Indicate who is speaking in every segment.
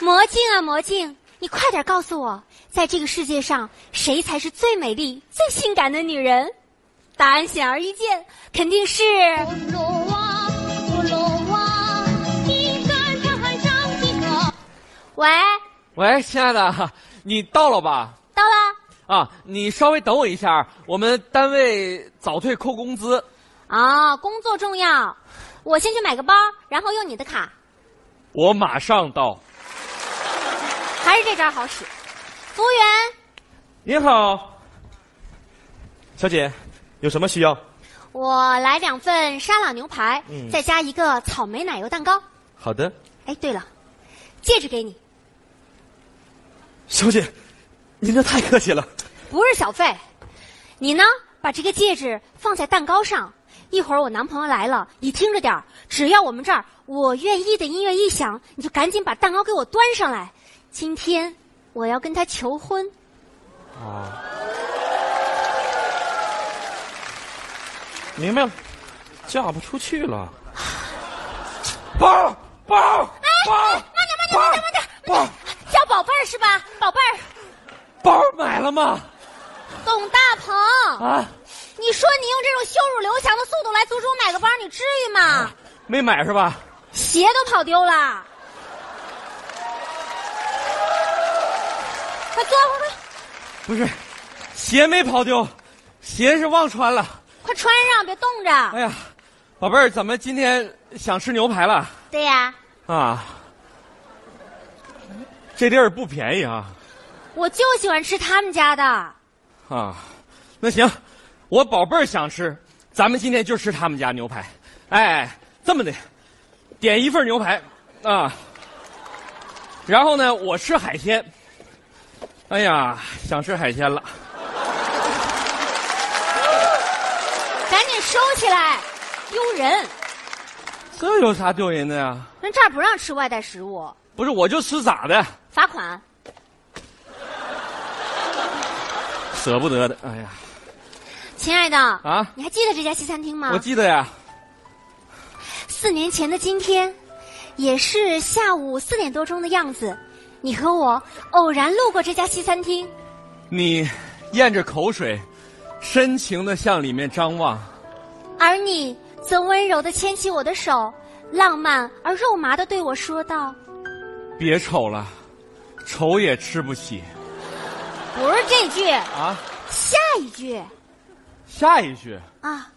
Speaker 1: 魔镜啊，魔镜，你快点告诉我，在这个世界上，谁才是最美丽、最性感的女人？答案显而易见，肯定是
Speaker 2: 葫芦娃，葫芦娃，你赶上还上几个？
Speaker 1: 喂，
Speaker 3: 喂，亲爱的，你到了吧？
Speaker 1: 到了
Speaker 3: 啊，你稍微等我一下，我们单位早退扣工资。
Speaker 1: 啊，工作重要，我先去买个包，然后用你的卡，
Speaker 3: 我马上到。
Speaker 1: 还是这招好使。服务员，
Speaker 3: 您好，
Speaker 4: 小姐，有什么需要？
Speaker 1: 我来两份沙朗牛排，
Speaker 4: 嗯
Speaker 1: 再加一个草莓奶油蛋糕。
Speaker 4: 好的，
Speaker 1: 哎，对了，戒指给你，
Speaker 4: 小姐，您这太客气了。
Speaker 1: 不是小费。你呢，把这个戒指放在蛋糕上。一会儿我男朋友来了，你听着点儿。只要我们这儿我愿意的音乐一响，你就赶紧把蛋糕给我端上来。今天我要跟他求婚。
Speaker 4: 哦明白了，嫁不出去了。包包包，哎慢点慢点慢点慢点，
Speaker 1: 叫宝贝儿是吧？宝贝儿，
Speaker 3: 包买了吗？
Speaker 1: 董大鹏，
Speaker 3: 啊，
Speaker 1: 你说你用这种羞辱刘翔的速度来阻止我买个包，你至于吗？
Speaker 3: 没买是吧？
Speaker 1: 鞋都跑丢了。快坐，快快
Speaker 3: 不是，鞋没跑丢，鞋是忘穿了。
Speaker 1: 快穿上，别冻着。
Speaker 3: 哎呀，宝贝儿，怎么今天想吃牛排了？
Speaker 1: 对呀、
Speaker 3: 啊，
Speaker 4: 这地儿不便宜啊
Speaker 1: 我就喜欢吃他们家的。
Speaker 3: 啊，那行，我宝贝儿想吃，咱们今天就吃他们家牛排。哎，这么的，点一份牛排啊，然后呢，我吃海鲜。哎呀，想吃海鲜了。
Speaker 1: 赶紧收起来，丢人！
Speaker 3: 这有啥丢人的呀？
Speaker 1: 人这儿不让吃外带食物，
Speaker 3: 不是，我就吃咋的，
Speaker 1: 罚款。
Speaker 3: 舍不得的。哎呀，
Speaker 1: 亲爱的
Speaker 3: 啊
Speaker 1: 你还记得这家西餐厅吗？
Speaker 3: 我记得呀，
Speaker 1: 四年前的今天，也是下午四点多钟的样子，你和我偶然路过这家西餐厅，
Speaker 3: 你咽着口水，深情的向里面张望。
Speaker 1: 而你则温柔的牵起我的手，浪漫而肉麻的对我说道
Speaker 3: 别瞅了，瞅也吃不起：“
Speaker 1: 不是这句，
Speaker 3: 啊！
Speaker 1: 下一句
Speaker 3: 下一句，
Speaker 1: 啊，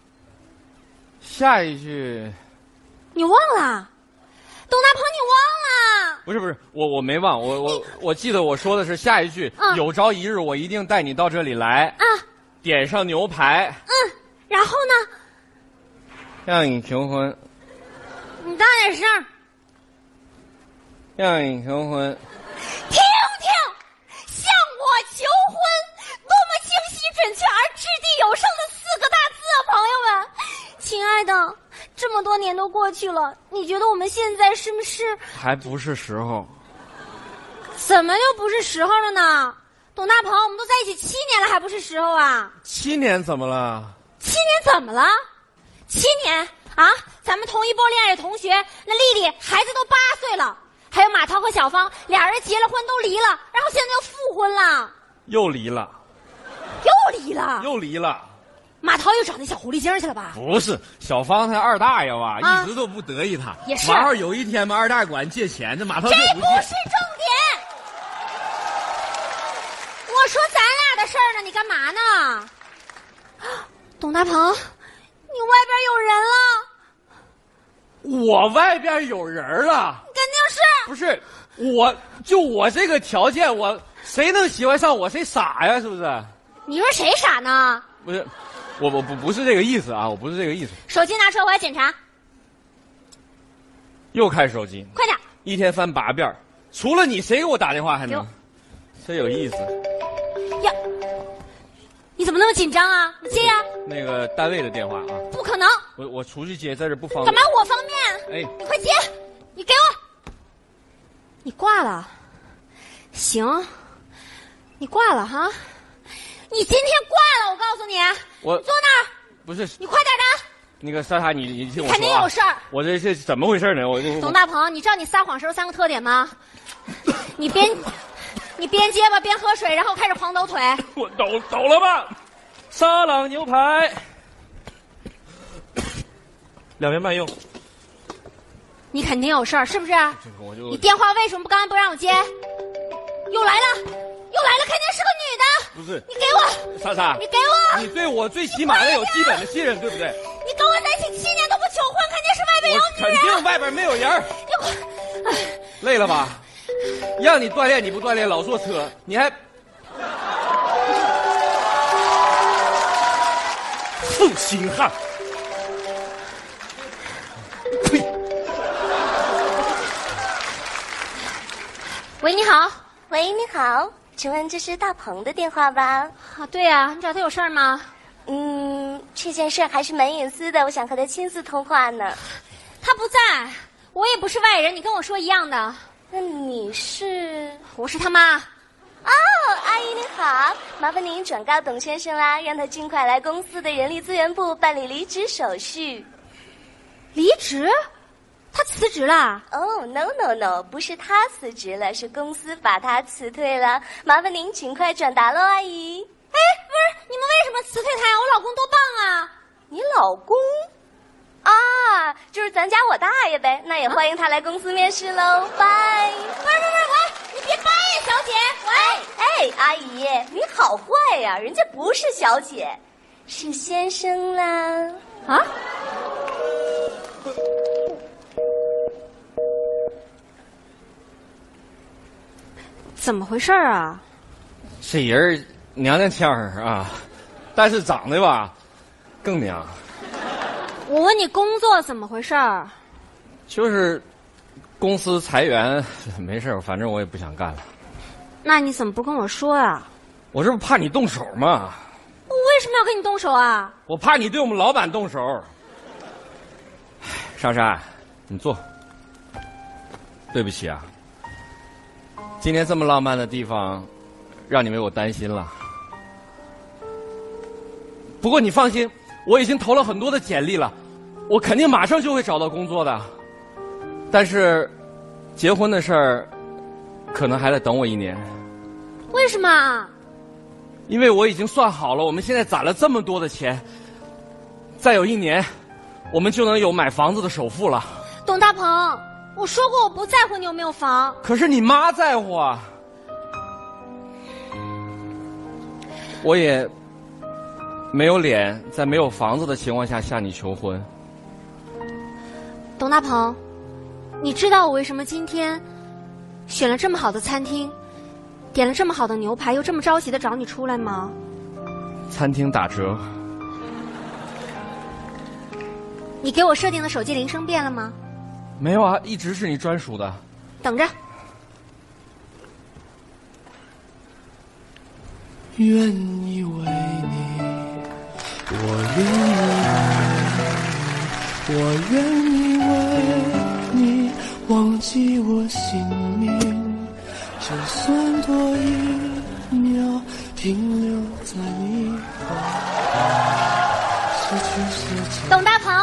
Speaker 3: 下一句，
Speaker 1: 你忘了，董大鹏，你忘了。”
Speaker 3: 不是不是，我我没忘，我我我记得我说的是下一句，
Speaker 1: 嗯
Speaker 3: 有朝一日我一定带你到这里来，
Speaker 1: 啊，
Speaker 3: 点上牛排，
Speaker 1: 嗯，然后呢？
Speaker 3: 让你求婚，
Speaker 1: 你大点声，
Speaker 3: 让你求婚。
Speaker 1: 听听，向我求婚，多么清晰、准确而掷地有声的四个大字啊，朋友们！亲爱的，这么多年都过去了，你觉得我们现在是不是
Speaker 3: 还不是时候，
Speaker 1: 怎么又不是时候了呢？董大鹏，我们都在一起七年了，还不是时候啊？
Speaker 3: 七年怎么了？
Speaker 1: 七年怎么了？七年啊！咱们同一波恋爱的同学，那丽丽孩子都八岁了，还有马涛和小芳，俩人结了婚都离了，然后现在又复婚了，
Speaker 3: 又离了，
Speaker 1: 又离了。
Speaker 3: 又离了。
Speaker 1: 马涛又找那小狐狸精儿去了吧？
Speaker 3: 不是，小芳她二大爷啊，
Speaker 1: 啊
Speaker 3: 一直都不得意她。
Speaker 1: 也是
Speaker 3: 马二有一天嘛，二大爷管借钱，这马涛
Speaker 1: 这
Speaker 3: 就
Speaker 1: 不
Speaker 3: 不借
Speaker 1: 是重点。我说咱俩的事儿呢，你干嘛呢？啊董大鹏，你外边有人了，
Speaker 3: 我外边有人儿了，
Speaker 1: 肯定是
Speaker 3: 不是我，就我这个条件，我谁能喜欢上我，谁傻呀？是不是？
Speaker 1: 你说谁傻呢？
Speaker 3: 不是，我我不不是这个意思啊，我不是这个意思。
Speaker 1: 手机拿出来，我要检查，
Speaker 3: 又看手机，
Speaker 1: 快点儿。
Speaker 3: 一天翻八遍儿，除了你，谁给我打电话还能
Speaker 1: 哟？
Speaker 3: 这有意思。
Speaker 1: 呀，你怎么那么紧张啊？你接呀、
Speaker 3: 那个单位的电话啊，
Speaker 1: 不可能，
Speaker 3: 我我出去接，在这不方
Speaker 1: 干
Speaker 3: 便
Speaker 1: 嘛。我方便？
Speaker 3: 哎，
Speaker 1: 你快接，你给我，你挂了，行，你挂了哈，你今天挂了，我告诉你，
Speaker 3: 我
Speaker 1: 你坐那儿，
Speaker 3: 不是
Speaker 1: 你快点的，
Speaker 3: 那个莎莎，你你听我说、啊，
Speaker 1: 肯定有事儿。
Speaker 3: 我这是怎么回事呢？我这
Speaker 1: 董大鹏，你知道你撒谎时候三个特点吗？你边你边结巴边喝水，然后开始狂抖腿。
Speaker 3: 我抖抖了吧？
Speaker 4: 沙朗牛排，两元半用。
Speaker 1: 你肯定有事儿，是不啊是？
Speaker 3: 我
Speaker 1: 你
Speaker 3: 就
Speaker 1: 电话为什么不刚才不让我接？又来了，又来了，肯定是个女的。
Speaker 3: 不是
Speaker 1: 你给我，
Speaker 3: 莎莎，
Speaker 1: 你给我，
Speaker 3: 你对我最起码的有基本的信任，对不对？
Speaker 1: 你跟我在一起七年都不求婚，肯定是外边
Speaker 3: 我
Speaker 1: 有
Speaker 3: 肯
Speaker 1: 女人。
Speaker 3: 定外边没有人儿。
Speaker 1: 你给哎
Speaker 3: 累了吧？让你锻炼你不锻炼，老坐车，你还。负心汉，呸！
Speaker 1: 我喂，你好。
Speaker 5: 喂，你好，请问这是大鹏的电话吧？
Speaker 1: 啊，对呀、你找他有事儿吗？
Speaker 5: 嗯，这件事还是蛮隐私的，我想和他亲自通话呢。
Speaker 1: 他不在，我也不是外人，你跟我说一样的。
Speaker 5: 那你是？
Speaker 1: 我是他妈。
Speaker 5: 哦，阿姨您好，麻烦您转告董先生啦，让他尽快来公司的人力资源部办理离职手续。
Speaker 1: 离职？他辞职了？啊
Speaker 5: 哦、n o no no，不是他辞职了，是公司把他辞退了，麻烦您尽快转达喽，阿姨。
Speaker 1: 哎，不是，你们为什么辞退他呀？我老公多棒啊！
Speaker 5: 你老公？啊，就是咱家我大爷呗，那也欢迎他来公司面试喽，拜。
Speaker 1: 不是不是不是，喂，你别掰呀，小姐，喂。
Speaker 5: 哎，阿姨，你好坏呀、人家不是小姐，是先生啦。
Speaker 1: 啊？怎么回事儿啊？
Speaker 3: 这人儿娘娘腔儿啊，但是长得吧，更娘，
Speaker 1: 我问你工作怎么回事儿？
Speaker 3: 就是公司裁员，没事儿，反正我也不想干了。
Speaker 1: 那你怎么不跟我说啊？
Speaker 3: 我这不怕你动手吗？
Speaker 1: 我为什么要跟你动手啊？
Speaker 3: 我怕你对我们老板动手。唉莎莎，你坐。对不起啊，今天这么浪漫的地方，让你为我担心了。不过你放心，我已经投了很多的简历了，我肯定马上就会找到工作的。但是，结婚的事儿，可能还得等我一年。
Speaker 1: 为什么啊？
Speaker 3: 因为我已经算好了，我们现在攒了这么多的钱，再有一年，我们就能有买房子的首付了。
Speaker 1: 董大鹏，我说过我不在乎你有没有房，
Speaker 3: 可是你妈在乎啊，我也没有脸在没有房子的情况下向你求婚。
Speaker 1: 董大鹏，你知道我为什么今天选了这么好的餐厅，点了这么好的牛排，又这么着急的找你出来吗？
Speaker 3: 餐厅打折，
Speaker 1: 你给我设定的手机铃声变了吗？
Speaker 3: 没有啊，一直是你专属的。
Speaker 1: 等着，
Speaker 6: 愿意为你，我愿意为，我愿意为你忘记我姓名，就算多一秒停留在你怀抱，失去世界，
Speaker 1: 董大鹏，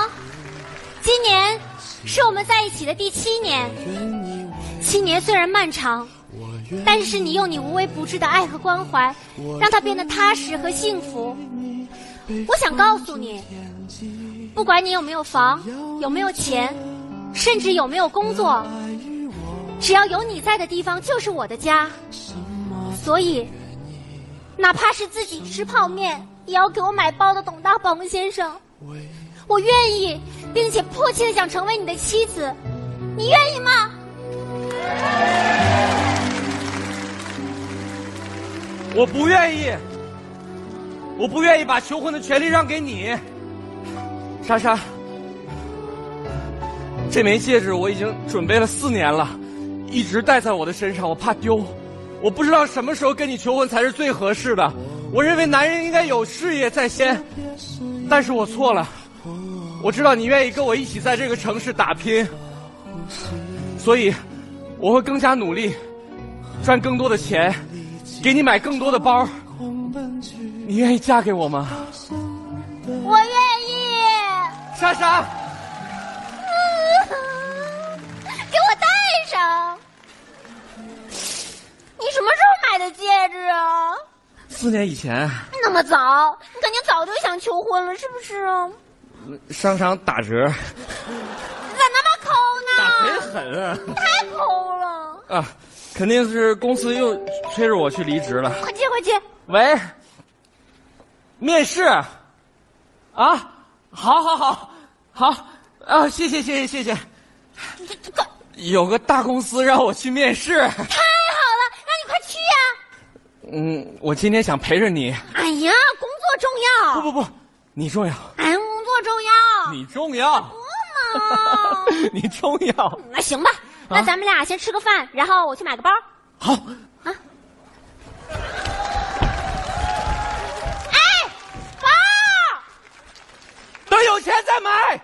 Speaker 1: 今年是我们在一起的第七年，
Speaker 6: 愿意
Speaker 1: 七年虽然漫长，
Speaker 6: 为，我愿
Speaker 1: 但是你用你无微不至的爱和关怀，让它变得踏实和幸福。
Speaker 6: 你被
Speaker 1: 我想告诉你，
Speaker 6: 天际，
Speaker 1: 不管你有没有房，有没有钱，甚至有没有工作，
Speaker 6: 爱与我
Speaker 1: 只要有你在的地方就是我的家。
Speaker 6: 什么？
Speaker 1: 所以，哪怕是自己吃泡面，也要给我买包的董大鹏先生，
Speaker 6: 为
Speaker 1: 我愿意，并且迫切的想成为你的妻子，你愿意吗？
Speaker 3: 我不愿意，我不愿意把求婚的权利让给你，莎莎。这枚戒指我已经准备了四年了，一直戴在我的身上，我怕丢。我不知道什么时候跟你求婚才是最合适的。我认为男人应该有事业在先，但是我错了。我知道你愿意跟我一起在这个城市打拼，所以我会更加努力，赚更多的钱，给你买更多的包。
Speaker 6: 空奔去
Speaker 3: 你愿意嫁给我吗？
Speaker 6: 想的。
Speaker 1: 我愿
Speaker 2: 哎
Speaker 1: 意，
Speaker 3: 莎莎，
Speaker 1: 给我戴上。
Speaker 2: 买的戒指啊？
Speaker 3: 四年以前，
Speaker 2: 那么早，你肯定早就想求婚了，是不是啊？
Speaker 3: 商场打折，
Speaker 2: 你咋那么抠呢？
Speaker 3: 贼狠啊！
Speaker 2: 太抠了！
Speaker 3: 啊，肯定是公司又催着我去离职了。
Speaker 2: 快接快接！
Speaker 3: 喂，面试，啊，好好好，好啊，谢谢谢谢谢谢，
Speaker 2: 这这快
Speaker 3: 有个大公司让我去面试，
Speaker 2: 太好了，那你快去呀、
Speaker 3: 嗯，我今天想陪着你，
Speaker 2: 哎呀，工作重
Speaker 3: 不
Speaker 2: 要，
Speaker 3: 不不，你重要，
Speaker 2: 哎，工作重 要。
Speaker 3: 你重要，
Speaker 2: 不嘛
Speaker 3: 你重要，
Speaker 1: 那行吧，那
Speaker 3: 啊
Speaker 1: 咱们俩先吃个饭，然后我去买个包。
Speaker 3: 好，
Speaker 2: 包
Speaker 3: 等有钱再买。
Speaker 2: 哎